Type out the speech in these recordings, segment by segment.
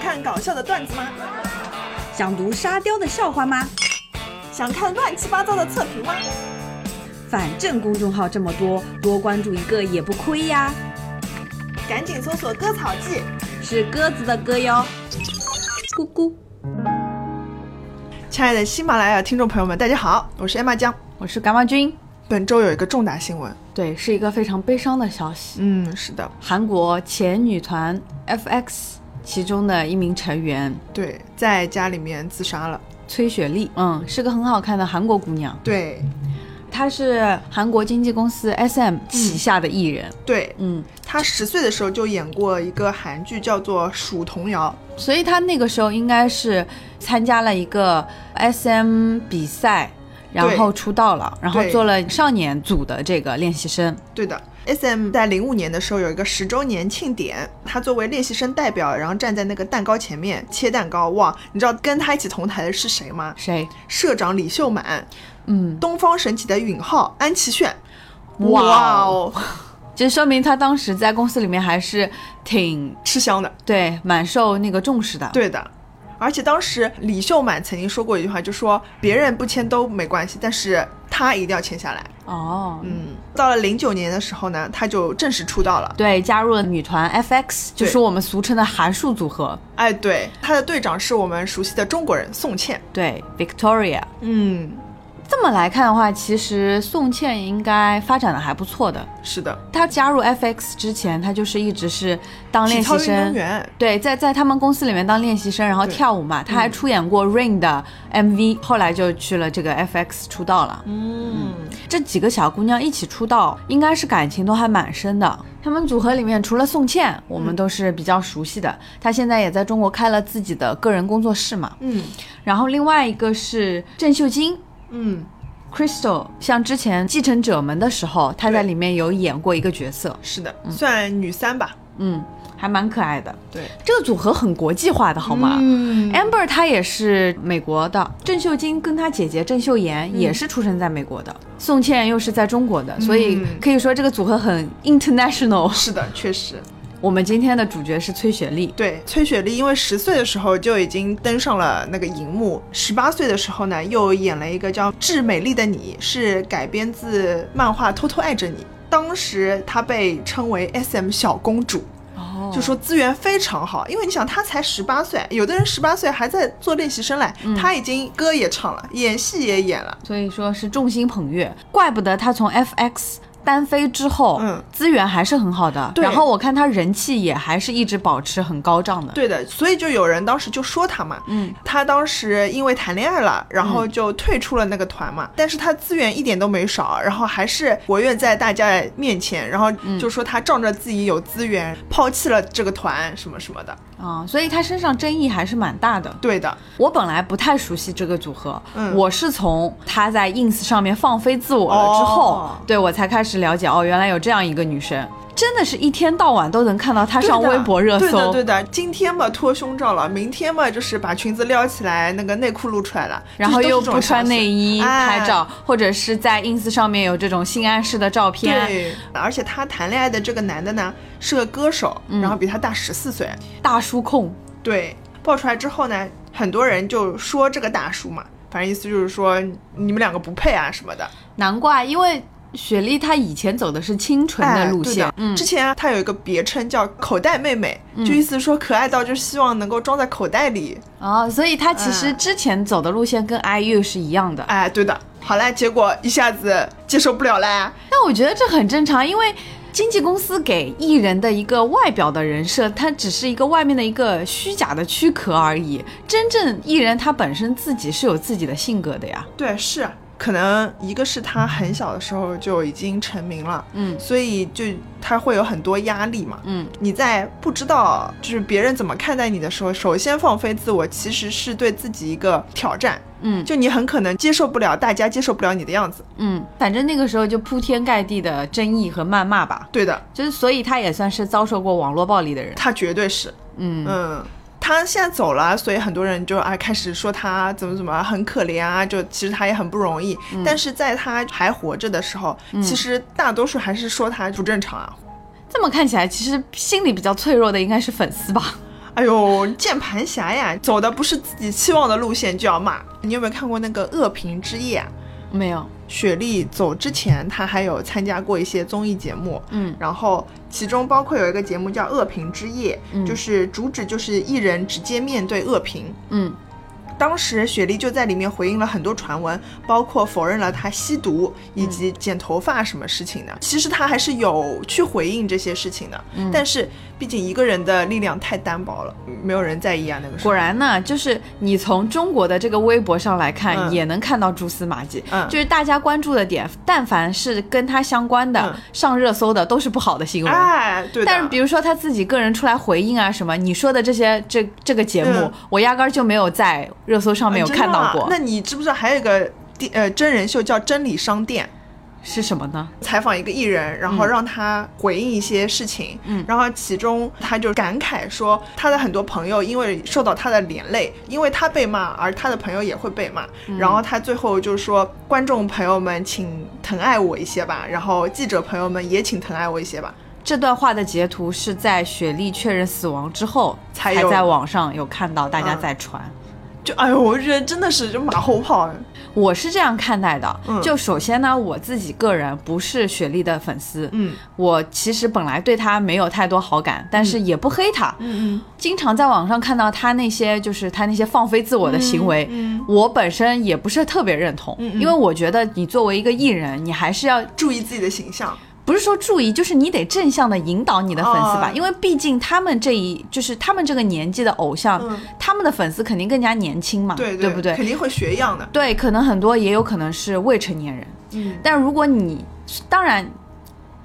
看搞笑的段子吗？想读沙雕的笑话吗？想看乱七八糟的测评吗？反正公众号这么多，多关注一个也不亏呀。赶紧搜索“割草记是鸽子的歌哟，咕咕。”。亲爱的喜马拉雅听众朋友们，大家好，我是艾玛酱。我是干妈君。本周有一个重大新闻，对，是一个非常悲伤的消息。嗯，是的，韩国前女团 FX 其中的一名成员对，在家里面自杀了。崔雪莉，嗯，是个很好看的韩国姑娘，对她是韩国经纪公司 SM 旗下的艺人，对，嗯，他十岁的时候就演过一个韩剧，叫做《鼠童谣所以她那个时候应该是参加了一个 SM 比赛。然后出道了，然后对做了少年组的这个练习生。》。对的，S.M. 在零五年的时候有一个十周年庆典，他作为练习生代表，然后站在那个蛋糕前面切蛋糕。哇，你知道跟他一起同台的是谁吗？谁？社长李秀满、嗯，东方神起的允浩、安琪炫。哇哦，这说明她当时在公司里面还是挺吃香的。对，蛮受那个重视的。对的，而且当时李秀满曾经说过一句话，就说别人不签都没关系，但是他一定要签下来。哦，嗯，到了零九年的时候呢，他就正式出道了。对，加入了女团 FX，就对是我们俗称的函数组合。哎，对，他的队长是我们熟悉的中国人宋茜。对，Victoria。嗯，这么来看的话，其实宋茜应该发展的还不错的。是的，她加入 FX 之前，她就是一直是当练体习操运动生，员。对，在在他们公司里面当练习生，然后对嗯跳舞嘛。她还出演过 Rain 的 MV，、后来就去了这个 FX 出道了。嗯，这几个小姑娘一起出道，应该是感情都还蛮深的。她们组合里面除了宋茜，我嗯们都是比较熟悉的。她现在也在中国开了自己的个人工作室嘛。嗯然后另外一个是郑秀晶嗯， （Crystal），像之前《继承者们》的时候，她在对里面有演过一个角色，是的，算女三吧。嗯，还蛮可爱的。对，这个组合很国际化的，好吗？嗯， Amber 她也是美国的，郑秀晶跟她姐姐郑秀嗯妍也是出生在美国的，宋茜又是在中国的，所以可以说这个组合很 international。 是的，确实。我们今天的主角是崔雪莉，对，崔雪莉因为十岁的时候就已经登上了那个荧幕，十八岁的时候呢，又演了一个叫《致美丽的你》，是改编自漫画《偷偷爱着你》。当时她被称为 SM 小公主，哦就说资源非常好，因为你想她才十八岁，有的人十八岁还在做练习生嘞，她已经歌也唱了，演戏也演了，所以说是众星捧月，怪不得她从 FX。单飞之后，嗯资源还是很好的。对然后我看她人气也还是一直保持很高涨的。对的，所以就有人当时就说她嘛，嗯，她当时因为谈恋爱了，然后就退出了那个团嘛，但是她资源一点都没少，然后还是活跃在大家面前，然后嗯就说她仗着自己有资源，抛弃了这个团什么什么的。啊、所以她身上争议还是蛮大的。对的，我本来不太熟悉这个组合，嗯我是从他在 ins 上面放飞自我了之后，哦对我才开始了解哦，原来有这样一个女生，真的是一天到晚都能看到她上对的微博热对的，搜，对的，今天嘛脱胸罩了，明天嘛就是把裙子撩起来，那个内裤露出来了，然后就是又都是这不种消穿息内衣拍。哎照，或者是在 ins 上面有这种性暗示的照片，对，而且她谈恋爱的这个男的呢是个歌手，嗯然后比她大十四岁，大叔控，对，爆出来之后呢，很多人就说这个大叔嘛，反正意思就是说你们两个不配啊什么的。难怪，因为雪莉她以前走的是清纯哎，的路对线，嗯之。前啊他有一个别称叫“口袋妹妹”，就意思说可爱到就是希望能够装在口袋里。哦，所以她其实嗯之前走的路线跟 IU 是一样的，哎，对的。好啦，结果一下子接受不了啦。但我觉得这很正常，因为经纪公司给艺人的一个外表的人设，它只是一个外面的一个虚假的躯壳而已。真正艺人他本身自己是有自己的性格的呀。对，是可能一个是他很小的时候就已经成名了，嗯所以就他会有很多压力嘛。嗯，你在不知道就是别人怎么看待你的时候，首先放飞自我，其实是对自己一个挑战。嗯就你很可能接受不了大家接受不了你的样子。嗯，反正那个时候就铺天盖地的争议和谩骂吧，对的，就是所以他也算是遭受过网络暴力的人。他绝对是，嗯嗯。他现在走了，所以很多人就啊开始说他怎么怎么很可怜啊，就其实他也很不容易。嗯但是在他还活着的时候，其实大多数还是说他不正常啊。这么看起来，其实心里比较脆弱的应该是粉丝吧。哎呦，键盘侠呀，走的不是自己期望的路线就要骂。你有没有看过那个《恶评之夜》啊？没有，雪莉走之前，她还有参加过一些综艺节目，嗯然后其中包括有一个节目叫《恶评之夜》，嗯就是主旨就是艺人直接面对恶评。嗯当时雪莉就在里面回应了很多传闻，包括否认了她吸毒以嗯及剪头发什么事情的。其实她还是有去回应这些事情的，嗯但是毕竟一个人的力量太单薄了，没有人在意啊。那个时候果，然呢，就是你从中国的这个微博上来看，嗯也能看到蛛丝马迹。嗯就是大家关注的点，但凡是跟他相关的、嗯上热搜的，都是不好的新闻。哎，对的。但是比如说他自己个人出来回应啊什么，你说的这些这这个节目，嗯我压根儿就没有在热搜上啊面有真看的啊到过，那你知不知道还有一个电呃真人秀叫《真理商店》？是什么呢？采访一个艺人，然后嗯让他回应一些事情，嗯然后其中他就感慨说，他的很多朋友因为受到他的连累，因为他被骂，而他的朋友也会被骂，嗯然后他最后就说，观众朋友们请疼爱我一些吧，然后记者朋友们也请疼爱我一些吧，这段话的截图是在雪莉确认死亡之后，才才有在网上有看到大家嗯在传。就哎呦，我觉得真的是就马后炮，我是这样看待的，嗯就首先呢，我自己个人不是雪莉的粉丝，嗯我其实本来对她没有太多好感，但是也不黑她。嗯经常在网上看到她那些就是她那些放飞自我的行为，嗯我本身也不是特别认同，嗯嗯因为我觉得你作为一个艺人，你还是要注意自己的形象，不是说注意，就是你得正向的引导你的粉丝吧，哦因为毕竟他们这一就是他们这个年纪的偶像，嗯他们的粉丝肯定更加年轻嘛，对不啊对？肯定会学样的，对，可能很多也有可能是未成年人，嗯但如果你当然，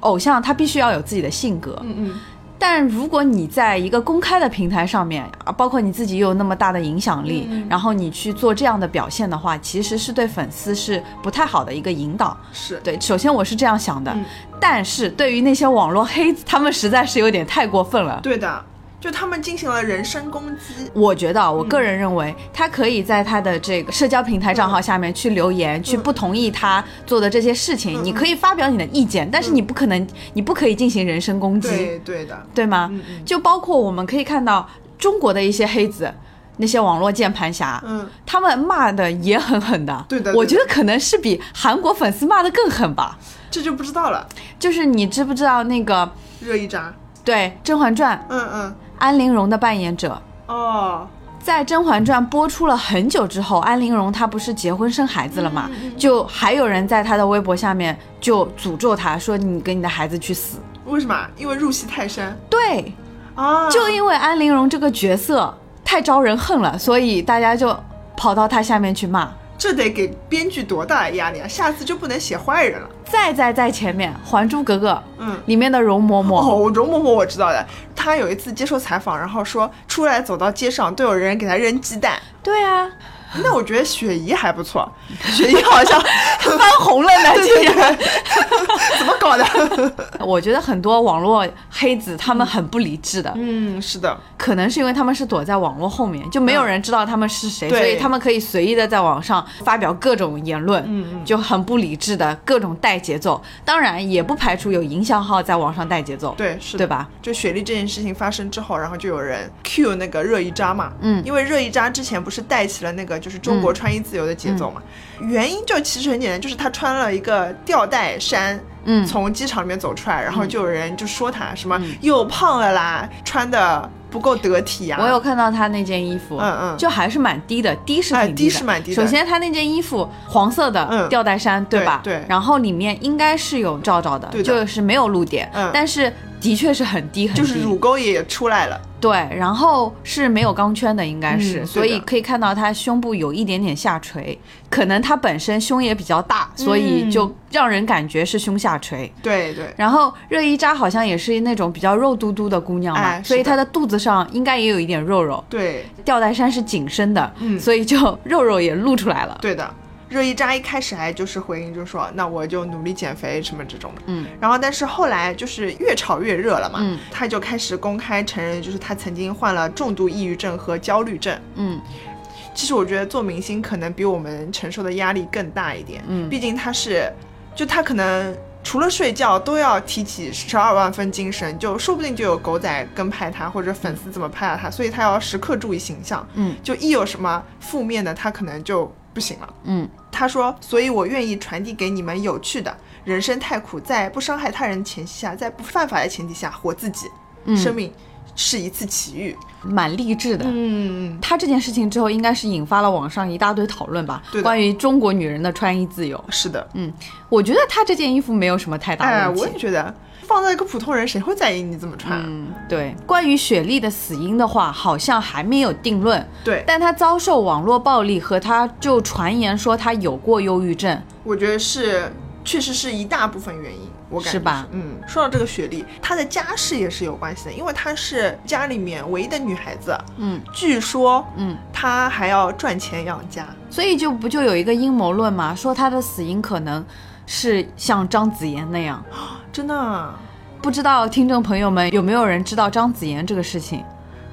偶像他必须要有自己的性格，嗯嗯但如果你在一个公开的平台上面，啊，包括你自己又有那么大的影响力，嗯然后你去做这样的表现的话，其实是对粉丝是不太好的一个引导。是。对，首先我是这样想的，嗯但是对于那些网络黑子，他们实在是有点太过分了。对的，就他们进行了人身攻击。我觉得啊，我个人认为，他可以在他的这个社交平台账号下面去留言，去不同意他做的这些事情。嗯你可以发表你的意见，但是你不可能，你不可以进行人身攻击， 对对的，对吗？嗯嗯就包括我们可以看到中国的一些黑子，那些网络键盘侠，嗯，他们骂的也很狠的。对的我对觉的得可能是比韩国粉丝骂的更狠吧。这就不知道了。就是你知不知道那个热一扎，对《甄嬛传》嗯嗯，安陵容的扮演者？哦，在《甄嬛传》播出了很久之后，安陵容她不是结婚生孩子了嘛？就还有人在她的微博下面就诅咒她说：“你跟你的孩子去死。为什么？因为入戏太深”对，啊，就因为安陵容这个角色太招人恨了，所以大家就跑到她下面去骂。这得给编剧多大的压力啊！下次就不能写坏人了。再再再前面，《还珠格格》嗯，里面的容嬷嬷，哦，容嬷嬷我知道的，她有一次接受采访，然后说出来走到街上都有人给她扔鸡 蛋。对啊，那我觉得雪姨还不错，雪姨好像 翻红了 呢，竟然。怎么搞的？我觉得很多网络黑子他们很不理智的，嗯，是的，可能是因为他们是躲在网络后面，就没有人知道他们是谁，对所以他们可以随意的在网上发表各种言论，嗯嗯就很不理智的各种带节奏。当然，也不排除有营销号在网上带节奏，对，是的对。吧？就雪莉这件事情发生之后，然后就有人 cue 那个热依扎嘛，嗯因为热依扎之前不是带起了那个就是中国穿衣自由的节奏嘛，嗯原因就其实很简单，就是她穿了一个吊带衫。嗯从机场里面走出来，然后就有人就说她什么又胖了啦，穿的不够得体啊。我有看到他那件衣服，嗯嗯就还是蛮低的，低是挺哎的，低是蛮低的首先，他那件衣服黄色的嗯吊带衫，对吧？对对然后里面应该是有罩罩的，对的就是没有露点，嗯但是的确是很低很低，就是乳沟也出来了，对，然后是没有钢圈的，应该是，嗯所对以的可以看到她胸部有一点点下垂，可能她本身胸也比较大，所嗯以就让人感觉是胸下垂。对对，然后热依扎好像也是那种比较肉嘟嘟的姑娘嘛，哎所以是的她的肚子上应该也有一点肉肉。对吊带衫是紧身的，嗯所以就肉肉也露出来了。对的。热依扎一开始还就是回应，就说那我就努力减肥什么这种的，嗯，然后但是后来就是越炒越热了嘛，嗯他就开始公开承认，就是他曾经患了重度抑郁症和焦虑症。嗯其实我觉得做明星可能比我们承受的压力更大一点，嗯毕竟他是，就他可能。除了睡觉都要提起十二万分精神，就说不定就有狗仔跟拍他或者粉丝怎么拍啊他，所以他要时刻注意形象。嗯，就一有什么负面的，他可能就不行了。嗯，他说，所以我愿意传递给你们有趣的。人生太苦，在不伤害他人的前提下，在不犯法的前提下活自己，嗯生命是一次奇遇。蛮励志的。嗯，他这件事情之后，应该是引发了网上一大堆讨论吧对，的关于中国女人的穿衣自由。是的。我觉得他这件衣服没有什么太哎，大我问也题。觉得，放在一个普通人，谁会在意你怎么穿啊？嗯，对。关于雪莉的死因的话，好像还没有定论，对，但她遭受网络暴力和她就传言说她有过忧郁症。我觉得是，确实是一大部分原因。我感觉是吧嗯，说到这个雪莉，她的家世也是有关系的，因为她是家里面唯一的女孩子。嗯据说嗯，她还要赚钱养家。所以就不就有一个阴谋论嘛，说她的死因可能是像张子妍那样。真的啊，不知道听众朋友们有没有人知道张子妍这个事情？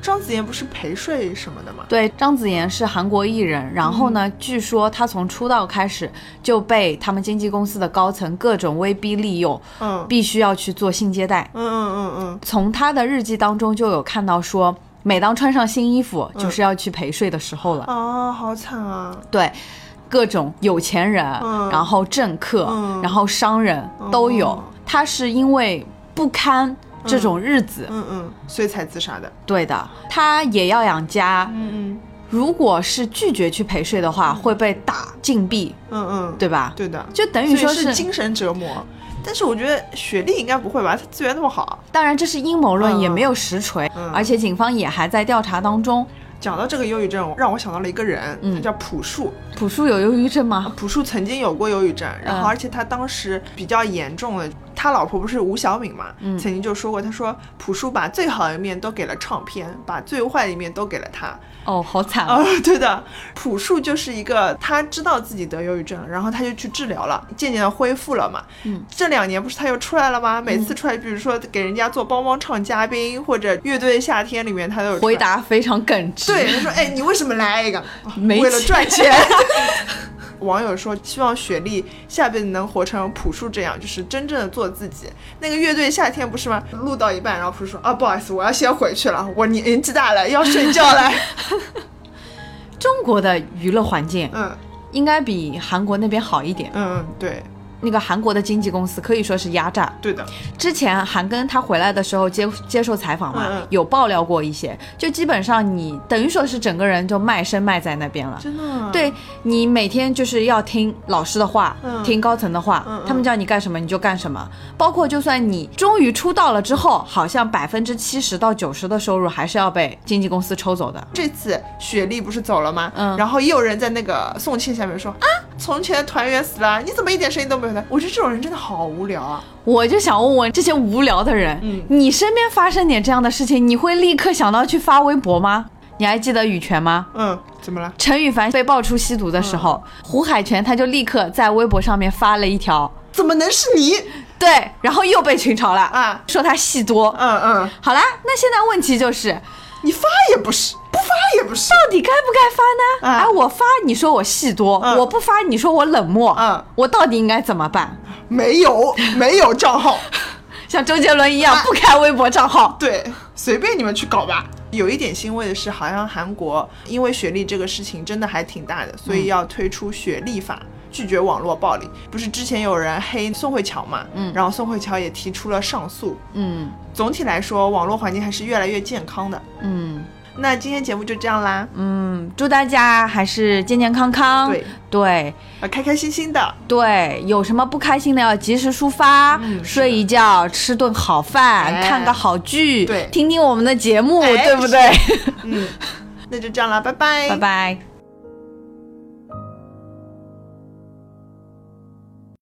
张子妍不是陪睡什么的吗？对，张子妍是韩国艺人，然后嗯呢，据说她从出道开始就被他们经纪公司的高层各种威逼利诱，嗯必须要去做性接待。嗯嗯嗯从她的日记当中就有看到说，每当穿上新衣服，嗯就是要去陪睡的时候了。嗯，啊，好惨啊！对，各种有钱人，嗯然后政客，嗯然后商人都有哦。他是因为不堪这种日子，嗯嗯，所以才自杀的。对的，他也要养家。嗯如果是拒绝去陪睡的话，会被打禁闭，嗯嗯嗯，对吧？对的，就等于所以哎说是精神折磨。但是我觉得雪莉应该不会吧，她资源那么好。当然这是阴谋论，嗯也没有实锤，嗯而且警方也还在调查当中。讲到这个忧郁症，让我想到了一个人，嗯他叫朴树。朴树有忧郁症吗？朴树曾经有过忧郁症，嗯然后而且他当时比较严重的，他老婆不是吴晓敏嘛，嗯曾经就说过，他说朴树把最好的一面都给了唱片，把最坏的一面都给了他。哦，好惨啊、 啊！对的，朴树就是一个他知道自己得忧郁症，然后他就去治疗了，渐渐的恢复了嘛。嗯，这两年不是他又出来了吗？每次出来，比如说给人家做帮帮唱嘉宾，或者乐队夏天里面，他都有出来回。答非常耿直。对，他说：“哎，你为什么来一个？没为了钱赚 钱。”网友说：“希望雪莉下辈子能活成朴树这样，就是真正的做自己。”那个乐队夏天不是吗？录到一半，然后朴树说：“啊，不好意思，我要先回去了，我年纪大了，要睡觉了。 中国的娱乐环境嗯应该比韩国那边好一点”。嗯，对那个韩国的经纪公司可以说是压榨。对的，之前韩庚他回来的时候接接受采访嘛，嗯嗯有爆料过一些，就基本上你等于说是整个人就卖身卖在那边了。真的。啊对你每天就是要听老师的话，嗯听高层的话，嗯嗯他们叫你干什么你就干什么。包括就算你终于出道了之后，好像百分之七十到九十的收入还是要被经纪公司抽走的。这次雪莉不是走了吗？嗯然后也有人在那个宋庆下面说啊，从前的团员死了，你怎么一点声音都没有呢？我觉得这种人真的好无聊啊。我就想问问这些无聊的人，嗯你身边发生点这样的事情，你会立刻想到去发微博吗？你还记得羽泉吗？嗯，怎么了？陈羽凡被爆出吸毒的时候，嗯胡海泉他就立刻在微博上面发了一条，怎么能是你？对，然后又被群嘲了，啊说他戏多。嗯嗯，好啦，那现在问题就是，到你发也不是，不发也不是。底该不该发呢？啊哎，我发你说我戏多，嗯我不发你说我冷漠，嗯我到底应该怎么办？没有，没有账号，像周杰伦一样啊不开微博账号，对，随便你们去搞吧。有一点欣慰的是，好像韩国因为雪莉这个事情真的还挺大的，所以要推出雪莉法。拒绝网络暴力，不是之前有人黑宋慧乔嘛？嗯然后宋慧乔也提出了上诉。嗯总体来说，网络环境还是越来越健康的。嗯那今天节目就这样啦，嗯，祝大家还是健健康康，对对呃，开开心心的，对，有什么不开心的要及时抒发，嗯是的睡一觉，吃顿好饭，哎看个好剧，对听听我们的节目，哎对不对？ 嗯，那就这样啦，拜拜，拜。拜。